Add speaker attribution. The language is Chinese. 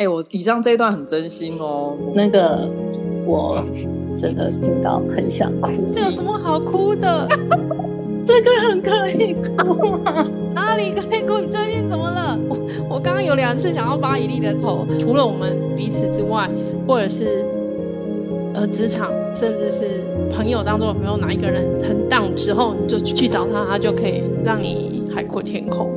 Speaker 1: 哎、我以上这一段很真心哦。
Speaker 2: 那个我真的听到很想哭，
Speaker 3: 这有什么好哭的？
Speaker 2: 这个很可以哭啊！
Speaker 3: 哪里可以哭？你最近怎么了？我我刚刚有两次想要扒一粒的头，除了我们彼此之外，或者是呃职场，甚至是朋友当中有没有哪一个人很 down 的时候，你就去找他，他就可以让你海阔天空。